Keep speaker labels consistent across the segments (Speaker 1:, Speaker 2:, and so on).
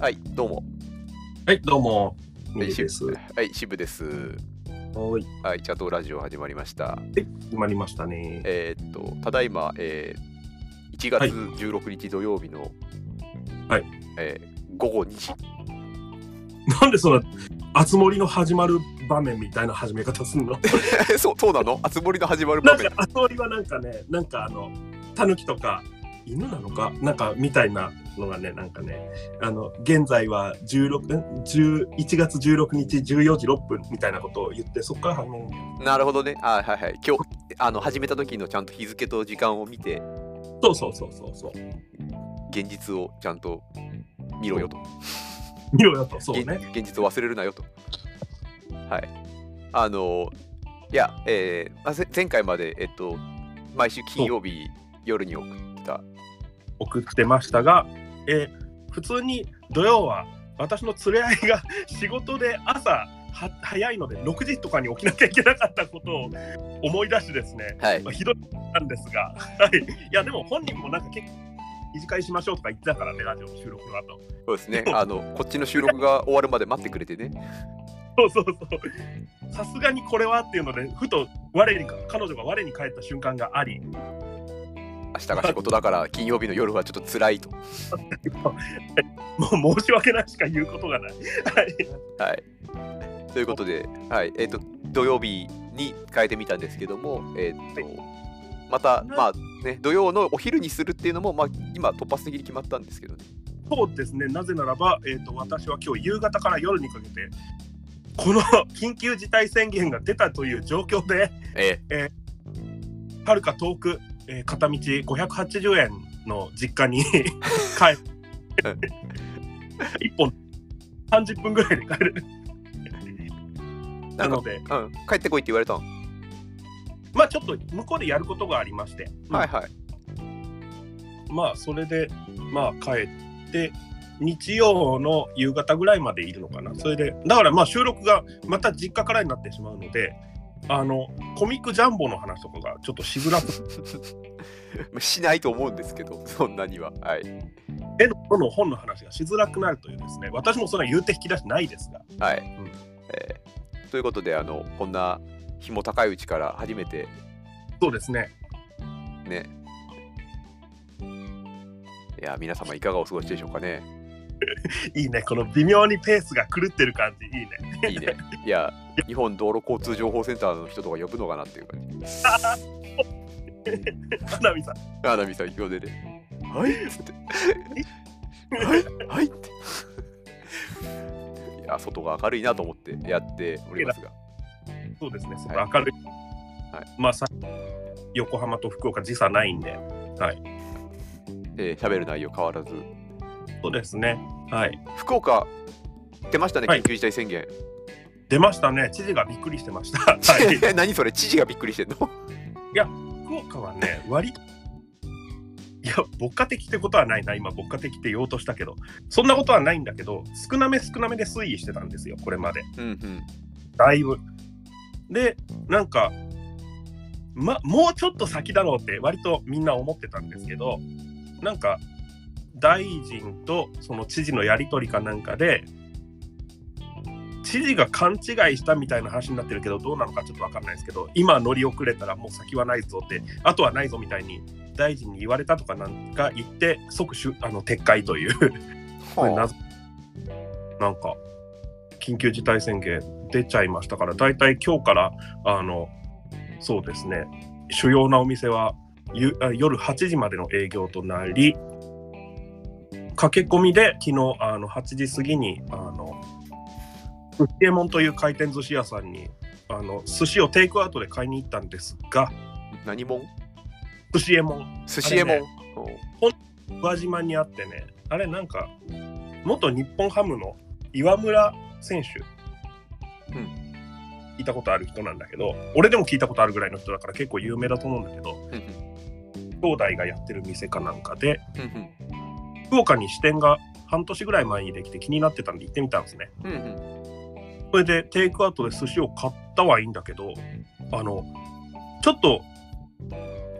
Speaker 1: はい、どうも。
Speaker 2: はい、どうも。
Speaker 1: は
Speaker 2: ミ
Speaker 1: い
Speaker 2: リです。は
Speaker 1: はい、渋です。
Speaker 2: ーい、
Speaker 1: はい、チャトーラジオ始まりました。
Speaker 2: 決まりましたね。
Speaker 1: えーっと、ただいま、えー1月
Speaker 2: はい
Speaker 1: 16日土曜日の、
Speaker 2: はい
Speaker 1: えー午後2時。
Speaker 2: なんでそんな、熱盛の始まる場面みたいな始め方すんの
Speaker 1: そう、そうなの熱盛の始まる場
Speaker 2: なん
Speaker 1: 面
Speaker 2: か。熱盛はなんかね、なんかあの、タヌキとか、犬なのかなんかみたいなのがね、なんかね、あの、現在は16ん11月16日14時6分みたいなことを言って、そこから始めるんだよ
Speaker 1: なるほどね。あはいはい。今日、あの、始めた時のちゃんと日付と時間を見て、
Speaker 2: そうそうそうそうそう。
Speaker 1: 現実をちゃんと見ろよと。
Speaker 2: 見ろよと、そうね。
Speaker 1: 現現実を忘れるなよと。はい。あのいや、えーまあ、ぜ前回まで、えっと、毎週金曜日夜に送った。
Speaker 2: 送ってましたが、えー普通に土曜は私の連れ合いが仕事で朝は早いので6時とかに起きなきゃいけなかったことを思い出しですね、
Speaker 1: はい
Speaker 2: ま。あ、ひどいことなんですが、はい、いやでも本人もなんか結構短いしましょうとか言ってたからねラジオの収録の後
Speaker 1: そうですね。あの、こっちの収録が終わるまで待ってくれて ね。
Speaker 2: そうそうそうさすがにこれはっていうのでふと我に彼女が我に返った瞬間があり
Speaker 1: 明日が仕事だから、金曜日の夜はちょっと辛いと。
Speaker 2: もう申し訳ないしか言うことがない、
Speaker 1: は
Speaker 2: はい、
Speaker 1: い。ということで、はい。えっと、土曜日に変えてみたんですけども、えっと、また、まあね、土曜のお昼にするっていうのも、まあ、今、突発的に決まったんですけどね。
Speaker 2: そうですね、なぜならば、えー、と私は今日夕方から夜にかけて、この 緊急事態宣言が出たという状況で、
Speaker 1: え
Speaker 2: はるか遠く、えー片道580円の実家に 帰る。1本30分ぐらいで帰る。
Speaker 1: えなか
Speaker 2: なんの、で、
Speaker 1: うん、帰ってこいって言われたの。
Speaker 2: まあちょっと向こうでやることがありまして、
Speaker 1: はいはい。
Speaker 2: まあそれで、まあ帰って、日曜の夕方ぐらいまでいるのかな。それで、だからまあ収録がまた実家からになってしまうので、あの、コミックジャンボの話とかがちょっとしづらく、
Speaker 1: しないと思うんですけど、そんなには。はい。
Speaker 2: 絵のの本の話がしづらくなるというですね、私もそんな言うて引き出しないですが、
Speaker 1: はい
Speaker 2: ん
Speaker 1: えーということで、あのこんな日も高いうちから初めて
Speaker 2: そうですね、
Speaker 1: ね。いや、皆様いかがお過ごしでしょうかね。
Speaker 2: いいね、この微妙にペースが狂ってる感じ、いいね。
Speaker 1: いいね。いや、日本道路交通情報センターの人とか呼ぶのかなっていう感じ。
Speaker 2: 花見さん、
Speaker 1: あ、ナミさん、呼んでね。はいっつって。はいはいって。いや、外が明るいなと思ってやっておりますが。
Speaker 2: そうですね、その明るい、
Speaker 1: はい
Speaker 2: まあさ、横浜と福岡、時差ないんで、
Speaker 1: えー喋る内容変わらず。
Speaker 2: そうですね、はい。
Speaker 1: 福岡、出ましたね、
Speaker 2: はい
Speaker 1: 緊急事態宣言。
Speaker 2: 出ましたね、知事がびっくりしてました。は い、
Speaker 1: 何それ知事がびっくりしてんの
Speaker 2: 福岡はね、割といや、牧歌的ってことはないな、今、牧歌的って言おうとしたけど、そんなことはないんだけど、少なめ少なめで推移してたんですよ、これまで、
Speaker 1: うんうん
Speaker 2: だいぶ。で、なんか、ま、もうちょっと先だろうって、割とみんな思ってたんですけど、なんか、大臣とその知事のやり取りかなんかで、知事が勘違いしたみたいな話になってるけど、どうなのかちょっと分かんないですけど、今乗り遅れたらもう先はないぞって、あとはないぞみたいに大臣に言われたとかなんか言って、即しゅあの撤回という、これ謎なんか、緊急事態宣言出ちゃいましたから、大体今日から、あの、そうですね、主要なお店はゆあ夜8時までの営業となり、駆け込みで昨日あの8時過ぎにあのうっけもんという回転寿司屋さんにあの寿司をテイクアウトで買いに行ったんですが
Speaker 1: 何もん
Speaker 2: 寿司えもん
Speaker 1: 寿司えもん、
Speaker 2: あれね宇和島にあってねあれなんか元日本ハムの岩村選手、
Speaker 1: うん
Speaker 2: 聞いたことある人なんだけど俺でも聞いたことあるぐらいの人だから結構有名だと思うんだけ
Speaker 1: う
Speaker 2: ど
Speaker 1: んうん
Speaker 2: 兄弟がやってる店かなんかで
Speaker 1: うん
Speaker 2: 福岡に支店が半年ぐらい前にできて気になってたんで行ってみたんですね。
Speaker 1: うんうん
Speaker 2: それでテイクアウトで寿司を買ったはいいんだけどあのちょっと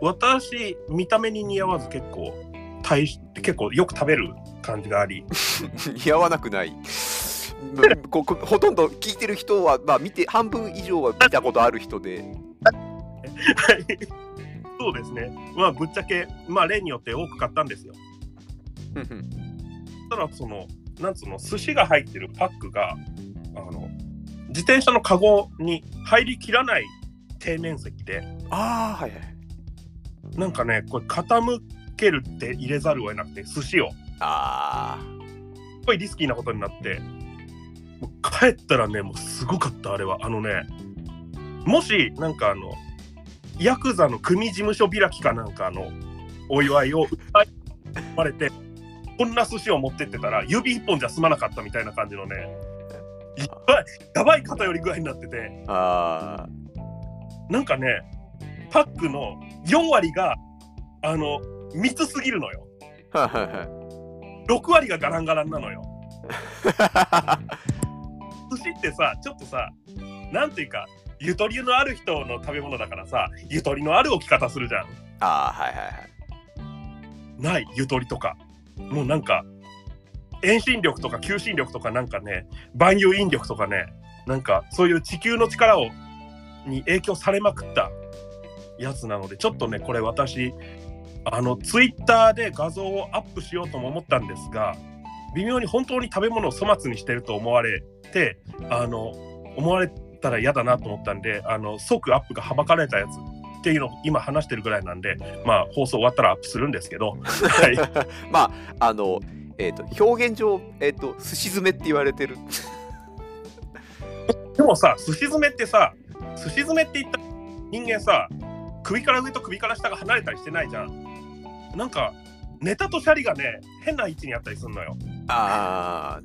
Speaker 2: 私見た目に似合わず結構大し結構よく食べる感じがあり、
Speaker 1: 似合わなくないうんここほとんど聞いてる人は、まあ、見て半分以上は見たことある人で
Speaker 2: はいそうですね、まあ、ぶっちゃけ、まあ、例によって多く買ったんですよ。
Speaker 1: うんうん
Speaker 2: ただそのなんつうの寿司が入ってるパックがあの自転車のカゴに入りきらない底面積で
Speaker 1: ああはいはい
Speaker 2: なんかねこれ傾けるって入れざるを得なくて寿司をす
Speaker 1: あ
Speaker 2: ごいリスキーなことになってもう帰ったらねもうすごかったあれはあのねもしなんかあのヤクザの組事務所開きかなんかのお祝いを歌いまれてこんな寿司を持ってってたら指一本じゃ済まなかったみたいな感じのねいっぱいやばい偏り具合になってて。
Speaker 1: ーあー
Speaker 2: なんかね、パックの4割が、あの、密すぎるのよ。
Speaker 1: はいはいはい
Speaker 2: 6割がガランガランなのよ。寿司ってさ、ちょっとさ、なんていうか、ゆとりのある人の食べ物だからさ、ゆとりのある置き方するじゃん。
Speaker 1: ああはいはいはい
Speaker 2: ない、ゆとりとか。もうなんか、遠心力とか求心力とかなんかね、万有引力とかね、なんかそういう地球の力をに影響されまくったやつなので、ちょっとね、これ私、あの、ツイッターで画像をアップしようとも思ったんですが、微妙に本当に食べ物を粗末にしてると思われて、あの、思われたら嫌だなと思ったんで、あの、即アップがはばかれたやつっていうのを今話してるぐらいなんで、まあ、放送終わったらアップするんですけど、はい。
Speaker 1: まああのえっ、と表現上えっ、と寿司詰めって言われてる
Speaker 2: でもさ、寿司詰めってさ、寿司詰めって言ったら人間さ、首から上と首から下が離れたりしてないじゃん。なんか、ネタとシャリがね、変な位置にあったりするのよ。
Speaker 1: あ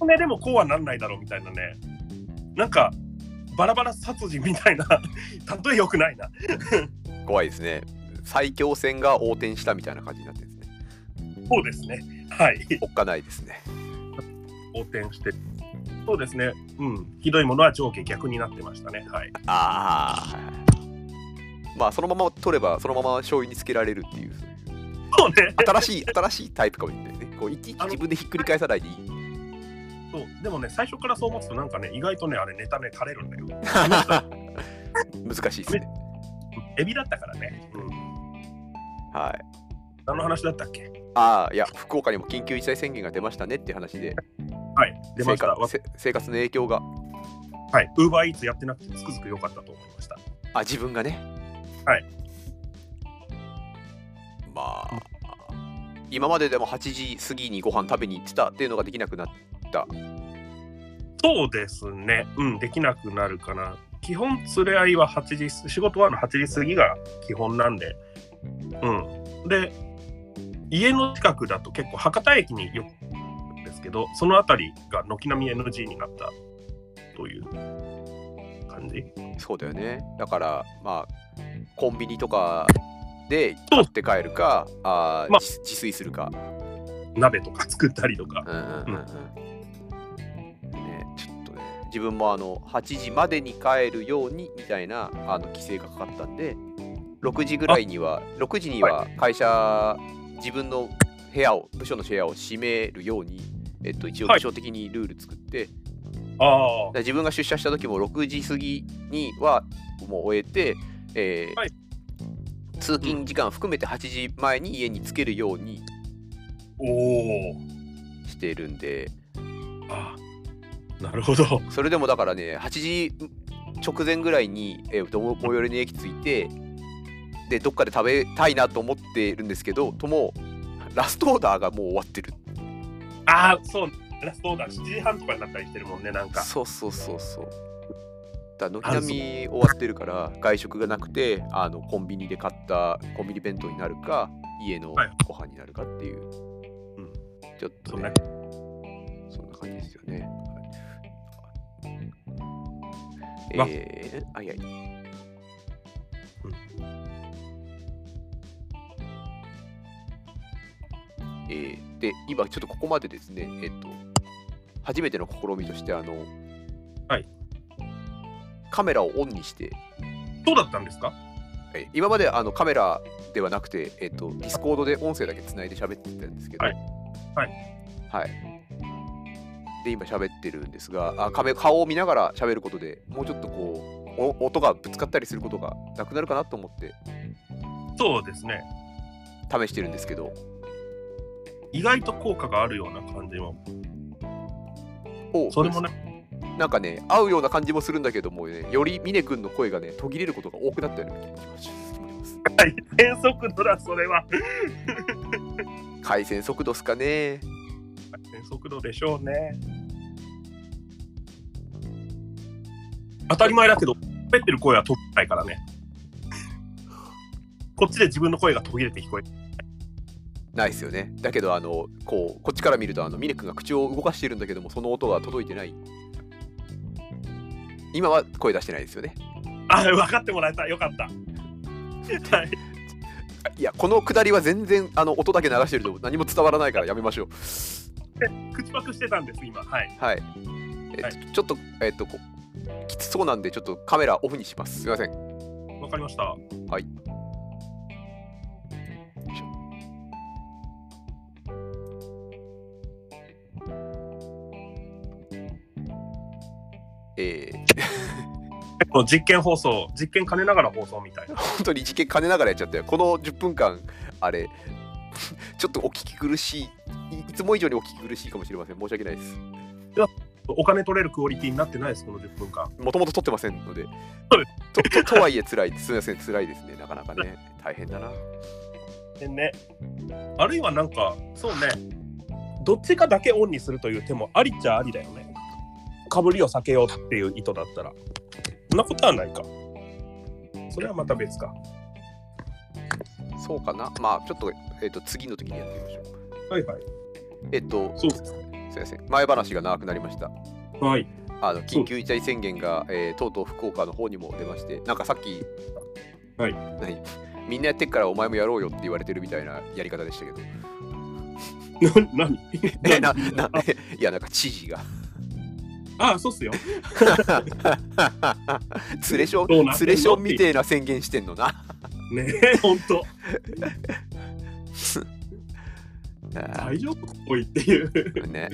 Speaker 2: 骨でもこうはなんないだろうみたいなね。なんか、バラバラ殺人みたいな、 例えよくないな。
Speaker 1: あ怖いですね最強戦が横転したみたいな感じになってるんですね
Speaker 2: そうですね。はい。
Speaker 1: おっかないですね
Speaker 2: 横転して。そうですね。うん。ひどいものは上下逆になってましたね。はい。
Speaker 1: ああはいはいまあそのまま取ればそのまま醤油につけられるっていう
Speaker 2: そうね。
Speaker 1: 新しい新しいタイプかもしれないねこういちいち自分でひっくり返さないでいい
Speaker 2: そう。でもね、最初からそう思ってたとなんかね、意外とね、あれネタね、垂れるんだよ。
Speaker 1: 難しいですね
Speaker 2: エビだったからね。うん。
Speaker 1: はい
Speaker 2: 何の話だったっけ
Speaker 1: ああいや福岡にも緊急事態宣言が出ましたねっていう話で
Speaker 2: はい、出ました。わ
Speaker 1: 生活せ生活の影響が
Speaker 2: はい、ウーバーイーツやってなくてつくづく良かったと思いました。
Speaker 1: あ自分がね
Speaker 2: はい
Speaker 1: まあ今まででも8時過ぎにご飯食べに行ってたっていうのができなくなった
Speaker 2: そうですね。うん、できなくなるかな。基本、連れ合いは8時す、仕事は8時過ぎが基本なんで。うん。で、家の近くだと結構博多駅によく行くんですけど、その辺りが軒並み NG になったという感じ。
Speaker 1: そうだよねだからまあコンビニとかで買って帰るかあー、
Speaker 2: まあ
Speaker 1: 自自炊するか
Speaker 2: 鍋とか作ったりとか。
Speaker 1: うんうんうんうんねちょっとね自分もあの8時までに帰るようにみたいなあの規制がかかったんで6時ぐらいには6時には会社自分の部屋を部署の部屋を閉めるように、えっと、一応
Speaker 2: はい
Speaker 1: 部署的にルール作って、
Speaker 2: あ
Speaker 1: だ
Speaker 2: あ
Speaker 1: か、ら自分が出社した時も6時過ぎにはもう終えて、えー
Speaker 2: はい
Speaker 1: 通勤時間含めて8時前に家に着けるように
Speaker 2: おお。
Speaker 1: してるんで、
Speaker 2: ああ、なるほど。
Speaker 1: それでもだからね8時直前ぐらいに、えーと最寄りの駅着いてでどっかで食べたいなと思ってるんですけどともラストオーダーがもう終わってる
Speaker 2: ああ、そう、ラストオーダー、7時半とかになったりしてるもんね、なんか。
Speaker 1: そうそうそうそうだから軒並み終わってるから外食がなくてあのコンビニで買ったコンビニ弁当になるか家の
Speaker 2: はい
Speaker 1: ご飯になるかっていう、
Speaker 2: うん
Speaker 1: ちょっと
Speaker 2: そうね
Speaker 1: ねそんな感じですよね。
Speaker 2: わ
Speaker 1: はい、えー、あいやいや
Speaker 2: うん
Speaker 1: えーで今ちょっとここまでですねえっ、と初めての試みとしてあの
Speaker 2: はい
Speaker 1: カメラをオンにして
Speaker 2: そうだったんですか
Speaker 1: え今まであのカメラではなくて、えっとディスコードで音声だけつないで喋ってたんですけど、
Speaker 2: はいは
Speaker 1: はい。で、今喋ってるんですが、あ亀顔を見ながら喋ることでもうちょっとこうお、音がぶつかったりすることがなくなるかなと思って
Speaker 2: そうですね。
Speaker 1: 試してるんですけど、
Speaker 2: 意外と効果があるような感じも。
Speaker 1: お
Speaker 2: それもね、
Speaker 1: なんかね、合うような感じもするんだけどもね、より峰君の声がね、途切れることが多くなったような気もします。
Speaker 2: 変速度だ、それは。
Speaker 1: 回線速度っすかね。
Speaker 2: 変速度でしょうね。当たり前だけど、喋ってる声は途切れないからね。こっちで自分の声が途切れて聞こえる。
Speaker 1: ないですよね。だけど、あの、こう、こっちから見ると、あの、ミネ君が口を動かしているんだけども、その音が届いてない。今は声出してないですよね。
Speaker 2: あ、分かってもらえた。よかった。はい
Speaker 1: いや、このくだりは全然、あの、音だけ流してると何も伝わらないからやめましょう。
Speaker 2: 口パクしてたんです、今。はい。
Speaker 1: はい。えっと、
Speaker 2: は
Speaker 1: ちょっと、えっと、こうきつそうなんで、ちょっとカメラオフにします。すいません。
Speaker 2: わかりました。
Speaker 1: えー、
Speaker 2: この実験放送、実験兼ねながら放送みたいな。
Speaker 1: 本当に事件兼ねながらやっちゃったよこの10分間あれ ちょっとお聞き苦しいいいつも以上にお聞き苦しいかもしれません申し訳ないです
Speaker 2: お金取れるクオリティになってないです、この10分間。
Speaker 1: もともと撮ってませんので
Speaker 2: そうで
Speaker 1: とと とはいえ辛いすみません辛いですねなかなかね大変だな
Speaker 2: でね。あるいはなんか、そうね、どっちかだけオンにするという手もありっちゃありだよね。かぶりを避けようっていう意図だったら。そんなことはないか。それはまた別か。
Speaker 1: そうかなまあちょっと,、えっと次の時にやってみましょう
Speaker 2: はいはい。
Speaker 1: えっと
Speaker 2: そう
Speaker 1: すみません前話が長くなりました
Speaker 2: はい。
Speaker 1: あの緊急事態宣言が、えーとうとう福岡の方にも出ましてなんかさっき
Speaker 2: はい
Speaker 1: 何みんなやってっからお前もやろうよって言われてるみたいなやり方でしたけど
Speaker 2: な、なに
Speaker 1: えなな いやなんか知事が
Speaker 2: ああ、そうっすよ。
Speaker 1: ツレショ
Speaker 2: どうな
Speaker 1: ン
Speaker 2: って
Speaker 1: ツ
Speaker 2: んの
Speaker 1: レションみてえな宣言してんのな
Speaker 2: ねえ、ほんと。大丈夫おいっていう。
Speaker 1: ね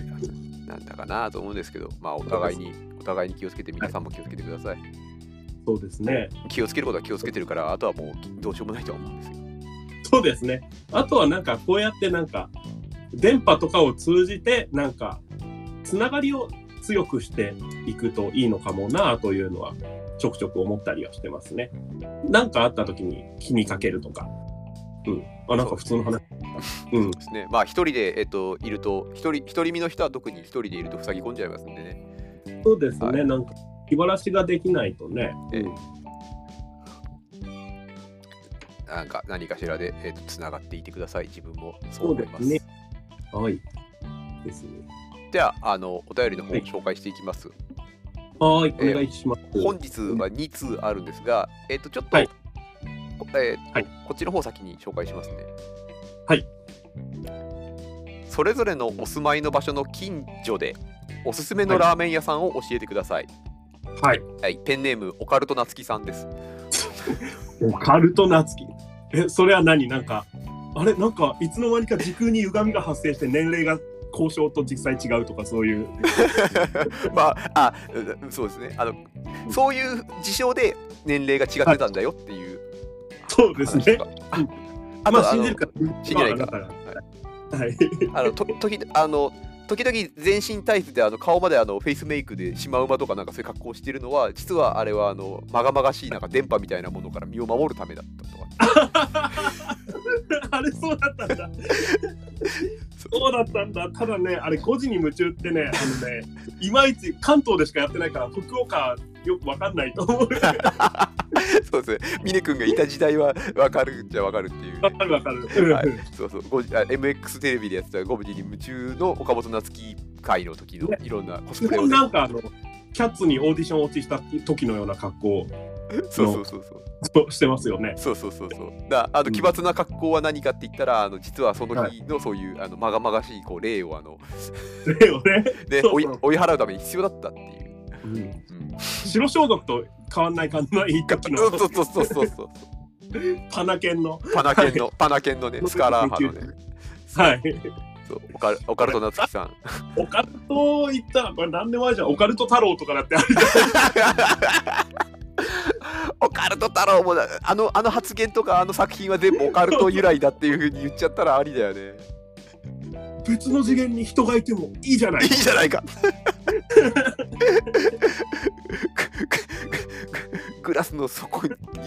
Speaker 1: なんだかなと思うんですけどまあお互いにお互いに気をつけて皆さんも気をつけてください
Speaker 2: そうですね。
Speaker 1: 気をつけることは気をつけてるからあとはもうどうしようもないとは思うんですよ
Speaker 2: そうですね。あとはなんかこうやってなんか電波とかを通じてなんかつながりを強くしていくといいのかもなというのはちょくちょく思ったりはしてますね。なんかあった時に気にかけるとか。うん。あ、なんか普通の話。うん。
Speaker 1: ですねまあ一人でえっといると一人独り身の人は特に一人でいると塞ぎ込んじゃいますんでね
Speaker 2: そうですね。
Speaker 1: は
Speaker 2: なんか気晴らしができないとね。
Speaker 1: ええ
Speaker 2: うん
Speaker 1: なんか何かしらでえっとつながっていてください自分もそう思います
Speaker 2: そうですねはい。ですね。
Speaker 1: ではあのお便りの方を
Speaker 2: はい
Speaker 1: 紹介していきます、
Speaker 2: はい。
Speaker 1: ええ
Speaker 2: お願いします。
Speaker 1: 本日は2通あるんですが、えっ、と、ちょっと、
Speaker 2: はい
Speaker 1: こえーと
Speaker 2: はい
Speaker 1: こっちの方先に紹介しますね。
Speaker 2: はい。
Speaker 1: それぞれのお住まいの場所の近所で、おすすめのラーメン屋さんを教えてください。
Speaker 2: はい。
Speaker 1: はい、ペンネーム、オカルトなつきさん です。
Speaker 2: オカルト夏樹。え、それは何なんか、あれなんか、いつの間にか時空に歪みが発生して年齢が交渉と実際違うとかそういう。
Speaker 1: まあ、あ、うそうですね。あの、そういう事象で年齢が違ってたんだよっていう
Speaker 2: そうです
Speaker 1: 話
Speaker 2: ね
Speaker 1: と。か。
Speaker 2: うん
Speaker 1: あ
Speaker 2: ま
Speaker 1: と
Speaker 2: あ、
Speaker 1: あ
Speaker 2: 信
Speaker 1: の
Speaker 2: じるか。
Speaker 1: 信じないか
Speaker 2: まあだからはい。
Speaker 1: あのと時々あの時々全身タイツであの顔まであのフェイスメイクでシマウマとかなんかそういう格好をしているのは実はあれはあのまがまがしいなんか電波みたいなものから身を守るためだったとか
Speaker 2: あれ、そうだったんだ。
Speaker 1: そ
Speaker 2: そうだったんだ。ただね、あれ、5時に夢中ってね、あのね、いまいち関東でしかやってないから、福岡よくわかんないと思う。
Speaker 1: そうですね峰君がいた時代はわかるっちゃわかるっていう、
Speaker 2: わ
Speaker 1: ね
Speaker 2: かるわかる。
Speaker 1: はい、そうそうごじあ MX テレビでやってたゴムジに夢中の岡本夏樹会の時のいろんなコスプレを、ね、
Speaker 2: なんかあの、キャッツにオーディション落ちした時のような格好を
Speaker 1: そうそうそうそう
Speaker 2: そうしてますよね。
Speaker 1: そうそうそうそうだあの奇抜な格好は何かって言ったらあの実はその日のそういうあのまがまがしいこう霊をあの
Speaker 2: だよね。
Speaker 1: で
Speaker 2: そ
Speaker 1: 追
Speaker 2: うそう
Speaker 1: い追い払うために必要だったっていう。うん
Speaker 2: 白装束と変わんない感じのいい時
Speaker 1: そう
Speaker 2: の
Speaker 1: そうそうそうそう。
Speaker 2: パナケンの。
Speaker 1: パナケンの、パナケンのね、スカラー派のね。
Speaker 2: はい。
Speaker 1: そうオカルオカルト夏樹さん
Speaker 2: オカルト行ったらこれ何でもあるじゃんオカルト太郎とかだってあるじゃん
Speaker 1: オカルト太郎もだあのあの発言とかあの作品は全部オカルト由来だっていうふうに言っちゃったらありだよね
Speaker 2: 別の次元に人がいてもいいじゃない
Speaker 1: いいじゃないかグラスの底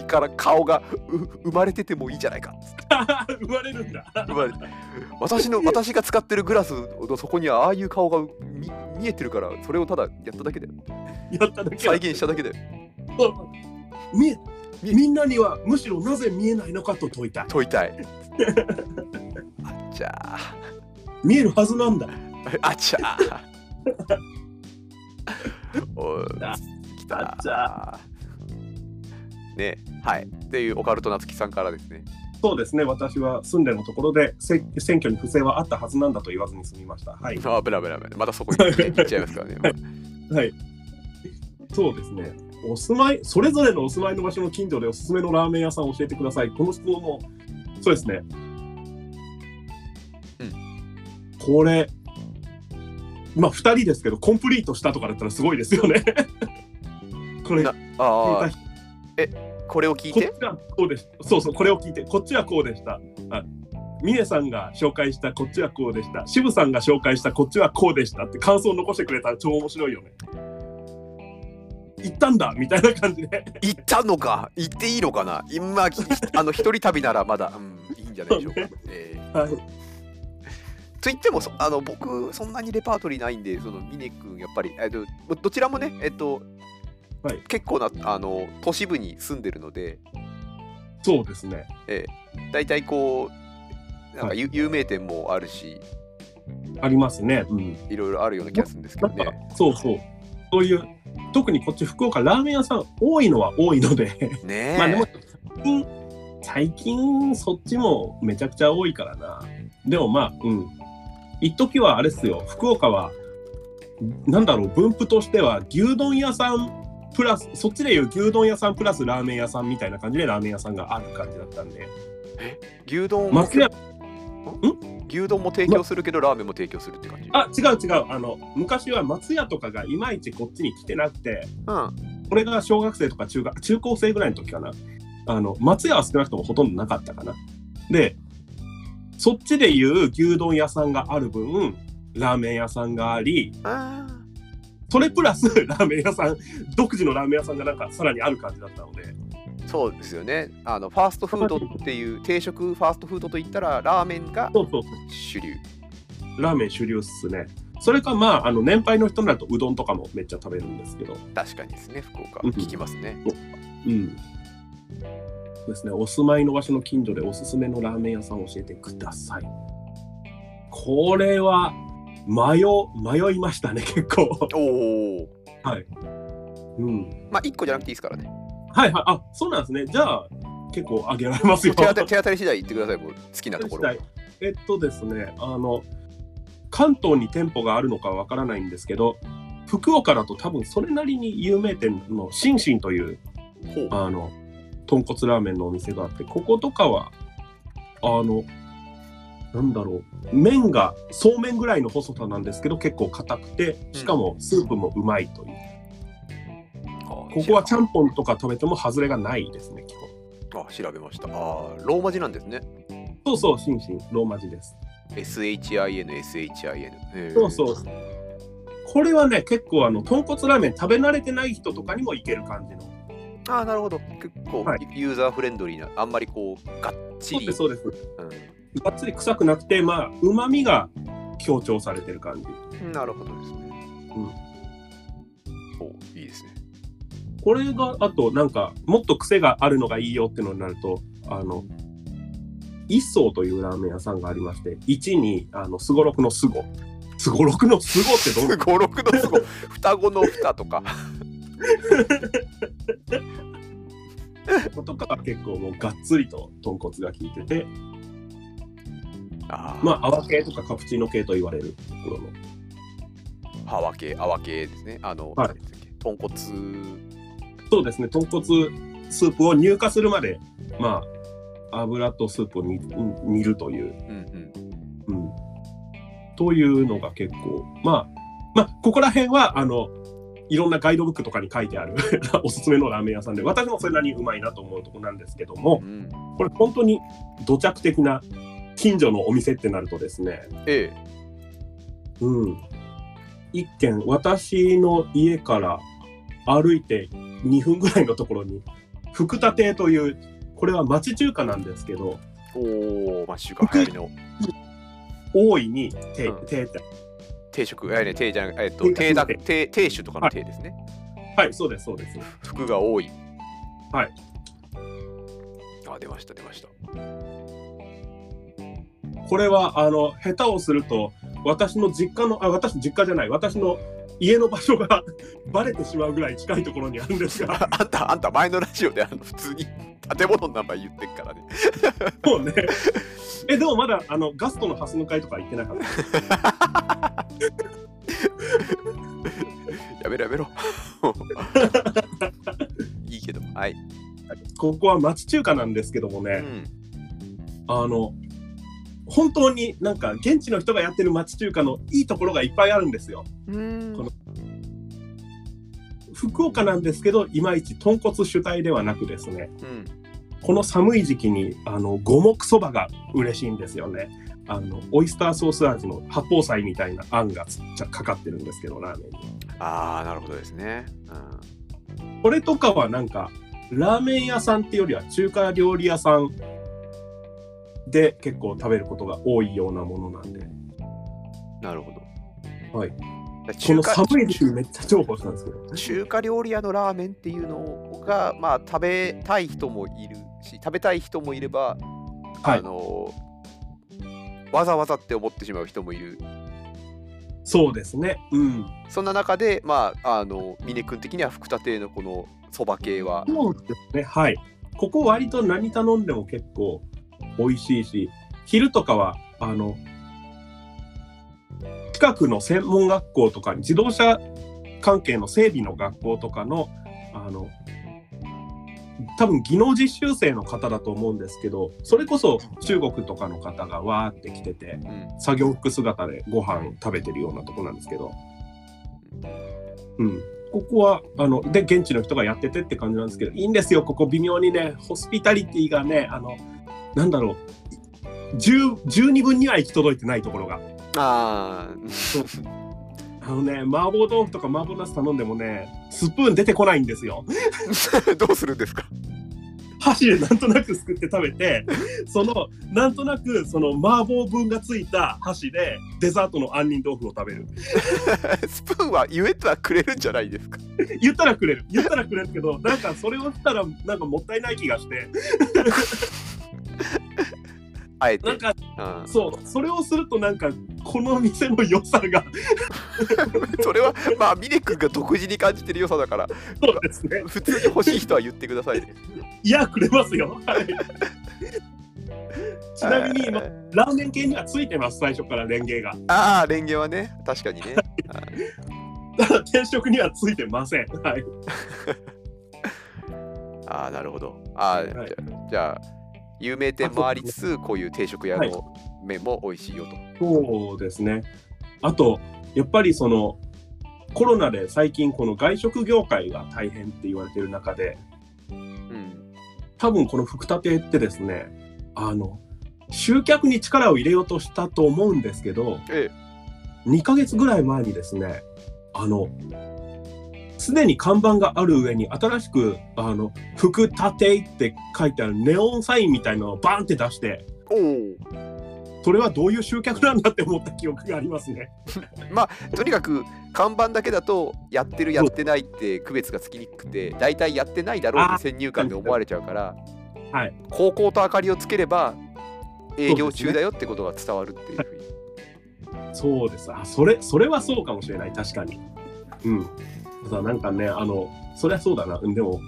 Speaker 1: から顔がう生まれててもいいじゃないか
Speaker 2: 生まれるんだ
Speaker 1: 生まれ私 の私が使ってるグラスの底にはああいう顔が見見えてるからそれをただやっただけで
Speaker 2: やっただけだ
Speaker 1: 再現しただけで
Speaker 2: み
Speaker 1: み
Speaker 2: みんなにはむしろなぜ見えないのかと問いたい
Speaker 1: 問いたいあちゃー
Speaker 2: 見えるはずなんだ
Speaker 1: あちゃーおい
Speaker 2: あ
Speaker 1: きた
Speaker 2: あちゃ
Speaker 1: ねはいっていうオカルトなつきさんからですね
Speaker 2: そうですね私は住んでのところでせ選挙に不正はあったはずなんだと言わずに済みましたはい
Speaker 1: ああぶらぶらぶらまたそこに行っちゃいますからね、まあ
Speaker 2: はいそうですねお住まいそれぞれのお住まいの場所の近所でおすすめのラーメン屋さんを教えてくださいこの質問もそうですね
Speaker 1: うん
Speaker 2: これまあ2人ですけどコンプリートしたとかだったらすごいですよね これ
Speaker 1: な
Speaker 2: 聞
Speaker 1: ああ
Speaker 2: い
Speaker 1: これを聞い
Speaker 2: こってちはこうでした。そうそう、これを聞いて、こっちはこうでした。あミネさんが紹介したこっちはこうでした。渋さんが紹介したこっちはこうでしたって感想を残してくれたら超面白いよね。行ったんだみたいな感じで。
Speaker 1: 行ったのか行っていいのかな今きあの一人旅ならまだ、うん、いいんじゃないでしょうか、えー
Speaker 2: はい
Speaker 1: と言ってもそあの僕そんなにレパートリーないんでその峰君やっぱりえっとどどちらもねえっと、
Speaker 2: はい
Speaker 1: 結構なあの都市部に住んでるので
Speaker 2: そうですね。
Speaker 1: 大体こうなんかゆ、有名店もあるし
Speaker 2: ありますね。うん。
Speaker 1: いろいろあるような気がするんですけどね
Speaker 2: そうそう。そういう、特にこっち福岡、ラーメン屋さん多いのは多いので。
Speaker 1: ねえ、
Speaker 2: まあでも最近最近そっちもめちゃくちゃ多いからなでもまあうん一時はあれっすよ福岡はなんだろう分布としては牛丼屋さんプラスそっちでいう牛丼屋さんプラスラーメン屋さんみたいな感じでラーメン屋さんがある感じだったんで
Speaker 1: 牛丼も
Speaker 2: 松屋
Speaker 1: 牛丼も提供するけどラーメンも提供するって感じ
Speaker 2: あ違う違うあの昔は松屋とかがいまいちこっちに来てなくて
Speaker 1: うん
Speaker 2: これが小学生とか中学中高生ぐらいの時かなあの松屋は少なくともほとんどなかったかなでそっちでいう牛丼屋さんがある分ラーメン屋さんがあり
Speaker 1: あー
Speaker 2: それプラス ラーメン屋さん独自のラーメン屋さんがなんかさらにある感じだったので
Speaker 1: そうですよねあのファーストフードっていう定食ファーストフードといったらラーメンが
Speaker 2: そうそう
Speaker 1: 主流
Speaker 2: ラーメン主流っすねそれかまああの年配の人になるとうどんとかもめっちゃ食べるんですけど
Speaker 1: 確かにですね福岡
Speaker 2: うんうん
Speaker 1: 聞きますね
Speaker 2: うんそうですねお住まいの場所の近所でおすすめのラーメン屋さんを教えてくださいこれは迷迷いましたね結構
Speaker 1: おお
Speaker 2: うん
Speaker 1: まあ1個じゃなくていいですからね
Speaker 2: はいはいあそうなんですねじゃあ結構あげられます
Speaker 1: 手
Speaker 2: よ
Speaker 1: 当たり手当たり次第言ってくださいもう好きなところ
Speaker 2: 手当 えっとですねあの関東に店舗があるのかわからないんですけど福岡だと多分それなりに有名店のシンシンという
Speaker 1: ほう
Speaker 2: あの豚骨ラーメンのお店があってこことかはあのなんだろう麺がそうめんぐらいの細さなんですけど結構硬くてしかもスープもうまいという、ここはちゃんぽんとか食べても外れがないですね基本
Speaker 1: あ調べましたあーローマ字なんですね
Speaker 2: そうそうシンシンローマ字です
Speaker 1: SHIN SHIN へー
Speaker 2: そうそうこれはね結構あの豚骨ラーメン食べ慣れてない人とかにもいける感じの
Speaker 1: ああなるほど結構、
Speaker 2: はい
Speaker 1: ユーザーフレンドリーなあんまりこうがっち
Speaker 2: そう
Speaker 1: り
Speaker 2: ですそうです
Speaker 1: う
Speaker 2: がっつり臭くなくてまあうまみが強調されてる感じ
Speaker 1: ん、なるほどですね、おいいですね
Speaker 2: これがあとなんかもっと癖があるのがいいよってのになるとあの一層というラーメン屋さんがありまして1にあのすごろくのすごすごろくのすごってどん
Speaker 1: 五六のす ごい双子の双とか
Speaker 2: なことかが結構もうがっつりと豚骨が効いてて
Speaker 1: あー
Speaker 2: まあ泡系とかカプチーノ系と言われるところの
Speaker 1: 泡系泡系ですねあの、
Speaker 2: はい
Speaker 1: なんでしたっけ豚骨
Speaker 2: そうですね豚骨スープを乳化するまでまあ油とスープを煮煮るという
Speaker 1: うんうん
Speaker 2: うん、というのが結構、まあ、まあ、ここら辺は、あの、いろんなガイドブックとかに書いてある おすすめのラーメン屋さんで、私もそれなりにうまいなと思うとこなんですけども
Speaker 1: う、ん、
Speaker 2: これ本当に土着的な近所のお店ってなるとですね、
Speaker 1: ええ
Speaker 2: うん。一軒、私の家から歩いて2分ぐらいのところに、福田亭という、これは町中華なんですけど、
Speaker 1: おおまあ中華流行りの
Speaker 2: 大いに亭、
Speaker 1: うん
Speaker 2: 亭って、
Speaker 1: 定食あいね定じゃなくえっと
Speaker 2: 定
Speaker 1: 定だ
Speaker 2: 定
Speaker 1: 定定酒とかの定ですね、
Speaker 2: はい、そうです、そうです。
Speaker 1: 服が多い
Speaker 2: はい
Speaker 1: あ出ました出ました
Speaker 2: これは、あの、下手をすると、私の実家の、あ、私、実家じゃない、私の家の場所が バレてしまうぐらい近いところにあるんですが、
Speaker 1: あ あんたあんた前のラジオであの普通に建物の名前言ってっからね
Speaker 2: もうね。え、でもまだ、あの、ガストのハスの会とか行ってなかった。
Speaker 1: やめろやめ ろいいけどはい、
Speaker 2: ここは町中華なんですけどもね、
Speaker 1: うん、
Speaker 2: あの本当になんか現地の人がやってる町中華のいいところがいっぱいあるんですよ。
Speaker 1: うん
Speaker 2: この福岡なんですけどいまいち豚骨主体ではなくですね
Speaker 1: うん
Speaker 2: この寒い時期にあの五目そばが嬉しいんですよね。あのオイスターソース味の八宝菜みたいなあんがつっちゃかかってるんですけどラーメンに。
Speaker 1: ああなるほどですね、
Speaker 2: これとかはなんかラーメン屋さんってよりは中華料理屋さんで結構食べることが多いようなものなんで。
Speaker 1: うん、なるほど
Speaker 2: はいこ
Speaker 1: 中
Speaker 2: の
Speaker 1: 華
Speaker 2: 寒い時期にめっちゃ重宝したんですけど。
Speaker 1: 中華料理屋のラーメンっていうのがまあ食べたい人もいるし食べたい人もいれば、
Speaker 2: はい
Speaker 1: あのわざわざって思ってしまう人もいる
Speaker 2: そうですね。うん。
Speaker 1: そんな中でまああの峰君的には福田亭のこのそば系は
Speaker 2: そうですね。はい。ここ割と何頼んでも結構美味しいし、昼とかは、あの、近くの専門学校とかに自動車関係の整備の学校とかの、あの、多分技能実習生の方だと思うんですけど、それこそ中国とかの方がわーって来てて、
Speaker 1: うん
Speaker 2: 作業服姿でご飯食べてるようなとこなんですけど、うん、ここはあので現地の人がやっててって感じなんですけどいいんですよここ微妙にねホスピタリティがねあのなんだろう10 12分には行き届いてないところが
Speaker 1: ああ
Speaker 2: あのね麻婆豆腐とか麻婆茄子頼んでもねスプーン出てこないんですよ
Speaker 1: どうするんですか
Speaker 2: 箸でなんとなくすくって食べてそのなんとなくその麻婆分がついた箸でデザートの杏仁豆腐を食べる
Speaker 1: スプーンは言えたらくれるんじゃないですか
Speaker 2: 言ったらくれる言ったらくれるけどなんかそれをしたらなんかもったいない気がして
Speaker 1: あえて
Speaker 2: なんか
Speaker 1: うん
Speaker 2: そうそれをするとなんかこの店の良さが
Speaker 1: それはまあ峰君が独自に感じてる良さだから
Speaker 2: そうですね
Speaker 1: 普通に欲しい人は言ってくださいね
Speaker 2: いやくれますよはい ちなみに今ラーメン系にはついてます最初からレンゲが
Speaker 1: ああ、レンゲはね、確かにね。はい
Speaker 2: ただ定食にはついてませんはい
Speaker 1: ああ、なるほど。ああ、じゃ
Speaker 2: はい
Speaker 1: あじゃあ、有名店もありつつ、こういう定食屋の麺も美味しいよと。
Speaker 2: そうですねあとやっぱりそのコロナで最近この外食業界が大変って言われてる中で
Speaker 1: うん。
Speaker 2: 多分この福田亭ってですねあの集客に力を入れようとしたと思うんですけど、
Speaker 1: え
Speaker 2: 2ヶ月ぐらい前にですねあのすでに看板がある上に新しく「あの福田亭」って書いてあるネオンサインみたいなのをバーンって出して
Speaker 1: おお。
Speaker 2: それはどういう集客なんだって思った記憶がありますね。
Speaker 1: とにかく、看板だけだと、やってる、やってないって区別がつきにくくて、大体やってないだろう
Speaker 2: あ
Speaker 1: っ
Speaker 2: ー
Speaker 1: て先入観で思われちゃうから、
Speaker 2: はい、
Speaker 1: 高校と明かりをつければ、営業
Speaker 2: そうですね
Speaker 1: 中だよってことが伝わるっていうふうに。
Speaker 2: そうです。あ、それ、それはそうかもしれない。確かに。うん。ただなんかね、あの、そりゃそうだな。うんでも、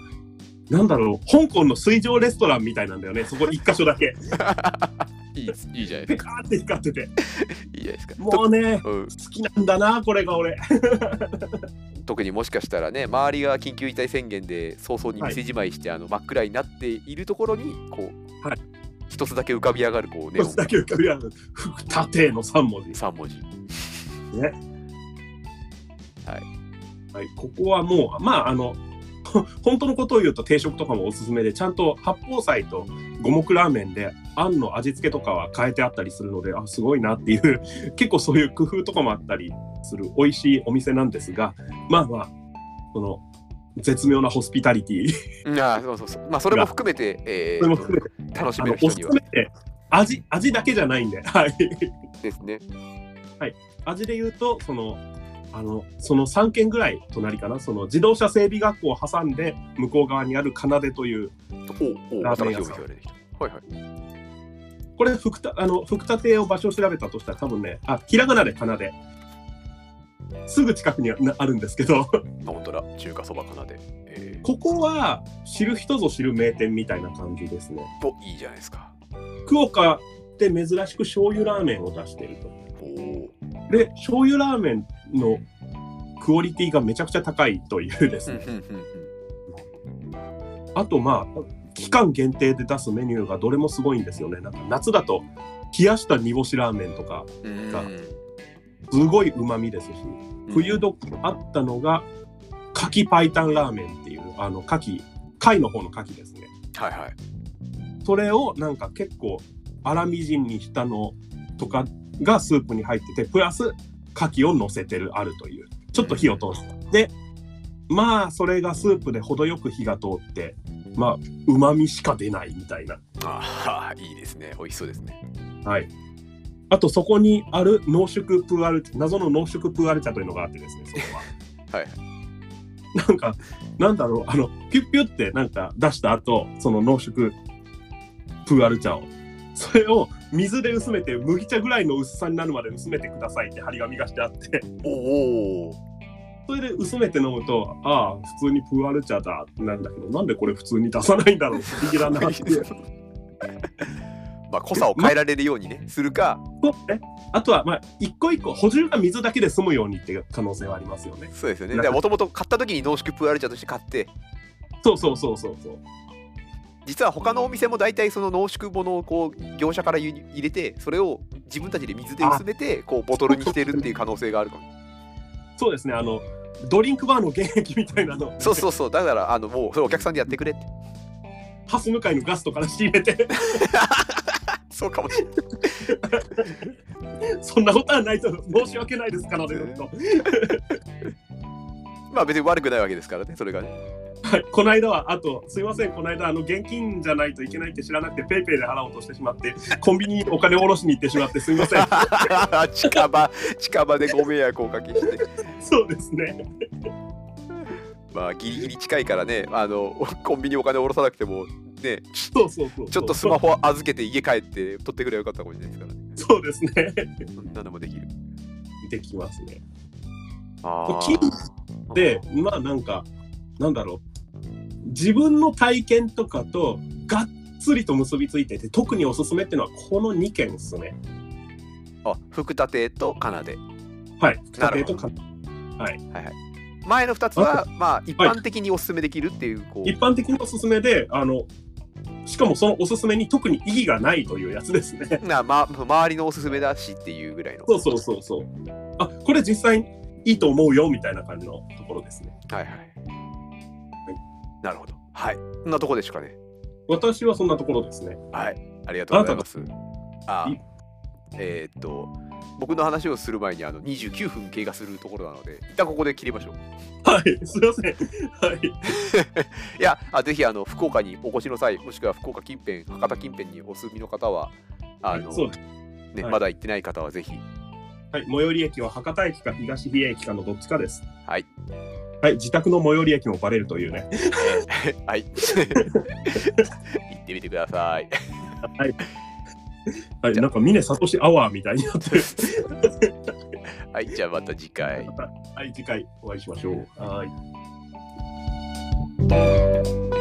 Speaker 2: なんだろう、香港の水上レストランみたいなんだよね。そこ一箇所だけ。
Speaker 1: いいですいいじゃない
Speaker 2: ペ
Speaker 1: ですか。
Speaker 2: カーって光ってて。
Speaker 1: いいじゃないですか。
Speaker 2: もうね、
Speaker 1: とうん
Speaker 2: 好きなんだな、これが俺。
Speaker 1: 特にもしかしたらね周りが緊急事態宣言で早々に店じまいして、あの真っ暗になっているところにこう、
Speaker 2: はい
Speaker 1: 一つだけ浮かび上がるこうネオン
Speaker 2: だけ浮かび上がる福縦の3文字。
Speaker 1: 3文字
Speaker 2: はい、ここはもう、まあ、あの、 ほ本当のことを言うと定食とかもおすすめで、ちゃんと八宝菜と五目ラーメンで、あんの味付けとかは変えてあったりするので、あ、すごいなっていう、 結構そういう工夫とかもあったりする美味しいお店なんですが、まあまあ、この、絶妙なホスピタリティ、
Speaker 1: あーそうそうそうまあそれも含めて、えー
Speaker 2: それも含めて、
Speaker 1: 楽し
Speaker 2: あ
Speaker 1: め
Speaker 2: の
Speaker 1: る人
Speaker 2: おすす
Speaker 1: には
Speaker 2: めって、味、味だけじゃないんで、 はい。
Speaker 1: ですね
Speaker 2: 味で言うとそのあのその3軒ぐらい隣かなその自動車整備学校を挟んで向こう側にある奏でという
Speaker 1: おお
Speaker 2: ラーメ
Speaker 1: 新
Speaker 2: ン
Speaker 1: しいお店
Speaker 2: 屋さん
Speaker 1: が出てきたはいはい
Speaker 2: これ福田あの福田亭を場所を調べたとしたら多分ねあひらがなで奏ですぐ近くにはなあるんですけど
Speaker 1: まあ本当だ中華そばかなで、え
Speaker 2: ここは知る人ぞ知る名店みたいな感じですね
Speaker 1: ー、おいいじゃないですか
Speaker 2: 福岡って珍しく醤油ラーメンを出していると
Speaker 1: おお
Speaker 2: で醤油ラーメンのクオリティがめちゃくちゃ高いというです
Speaker 1: うん
Speaker 2: ね
Speaker 1: うんうん
Speaker 2: あとまあ期間限定で出すメニューがどれもすごいんですよね。なんか夏だと冷やした煮干しラーメンとか
Speaker 1: うん
Speaker 2: がすごいうまみですし
Speaker 1: うん
Speaker 2: 冬時あったのが牡蠣白湯ラーメンっていうあの牡蠣貝の方の牡蠣ですね。
Speaker 1: はいはい
Speaker 2: それをなんか結構粗みじんにしたのとかがスープに入っててプラス牡蠣を乗せてるあるというちょっと火を通した。でまあそれがスープで程よく火が通ってまあうまみしか出ないみたいな。
Speaker 1: ああいいですね美味しそうですね
Speaker 2: はい。あとそこにある濃縮プーアル謎の濃縮プーアル茶というのがあってですね、そこは。
Speaker 1: はい
Speaker 2: なんか、なんだろう、あの、ピュッピュってなんか出した後、その濃縮プーアル茶を、それを水で薄めて、麦茶ぐらいの薄さになるまで薄めてくださいって張り紙がしてあって、
Speaker 1: おお
Speaker 2: それで薄めて飲むと、ああ、普通にプーアル茶だってなるんだけど、なんでこれ普通に出さないんだろう、不思議だなっていう。
Speaker 1: まあ濃さを変えられるようにねするか
Speaker 2: そうね。あとは、まあ、一個一個補充が水だけで済むようにっていう可能性はありますよね。
Speaker 1: そうですよね
Speaker 2: な
Speaker 1: だからもともと買った時に濃縮プーアル茶として買って
Speaker 2: そうそうそうそうそう。
Speaker 1: 実は他のお店も大体その濃縮ものをこう業者から輸入入れてそれを自分たちで水で薄めてこうボトルにしてるっていう可能性があるかも
Speaker 2: そうですね。あのドリンクバーの原液みたいなの、
Speaker 1: そうそうそうだからあのもうそれお客さんでやってくれって
Speaker 2: ハス向かいのガストから仕入れて、
Speaker 1: そうかもしれない
Speaker 2: そんなことはないと申し訳ないですからね。と
Speaker 1: まあ別に悪くないわけですからねそれがね
Speaker 2: はい、この間はあとすいません。この間あの現金じゃないといけないって知らなくてペイペイで払おうとしてし まって、コンビニにお金を下ろしに行ってしまってすいません。
Speaker 1: 近場近場でご迷惑をおかけして
Speaker 2: そうですね。
Speaker 1: まあギリギリ近いからねあのコンビニお金下ろさなくてもね
Speaker 2: そうそうそうそう。
Speaker 1: ちょっとスマホ預けて家帰って取ってくればよかったかもしれないですからね
Speaker 2: そうですね。
Speaker 1: そんなのもできる
Speaker 2: できますね。
Speaker 1: あ
Speaker 2: こう
Speaker 1: ー
Speaker 2: 金でまあなんかなんだろう自分の体験とかとがっつりと結びついてて特におすすめっていうのはこの2件ですね
Speaker 1: あ福田亭と奏で
Speaker 2: はい
Speaker 1: なるほ
Speaker 2: 家庭とか
Speaker 1: 前の2つは、まあ、一般的におすすめできるっていう、こ
Speaker 2: 一
Speaker 1: う、
Speaker 2: 般的におすすめであのしかもそのおすすめに特に意義がないというやつですね
Speaker 1: なま、周りのおすすめだしっていうぐらいの。
Speaker 2: そうそうそうそうあこれ実際にいいと思うよみたいな感じのところですね
Speaker 1: はいはい。なるほど。はい。そんなとこでしょうかね。
Speaker 2: 私はそんなところですね
Speaker 1: はい。ありがとうございます。あ
Speaker 2: い
Speaker 1: えーっと、僕の話をする前にあの29分経過するところなので、一旦ここで切りましょう。
Speaker 2: はいすいませんはい
Speaker 1: いや、あぜひあの福岡にお越しの際、もしくは福岡近辺、博多近辺にお住みの方は、あの
Speaker 2: そう
Speaker 1: ね
Speaker 2: はい
Speaker 1: まだ行ってない方はぜひ、
Speaker 2: はい、最寄り駅は博多駅か東比叡駅かのどっちかです。
Speaker 1: はい。
Speaker 2: はい、自宅の最寄り駅もバレるというね。
Speaker 1: はい。行ってみてください。
Speaker 2: はい、
Speaker 1: じゃあ
Speaker 2: なんか峰聡アワーみたいになってる。
Speaker 1: はい、じゃあまた次回。
Speaker 2: はい、次回お会いしましょう。はい。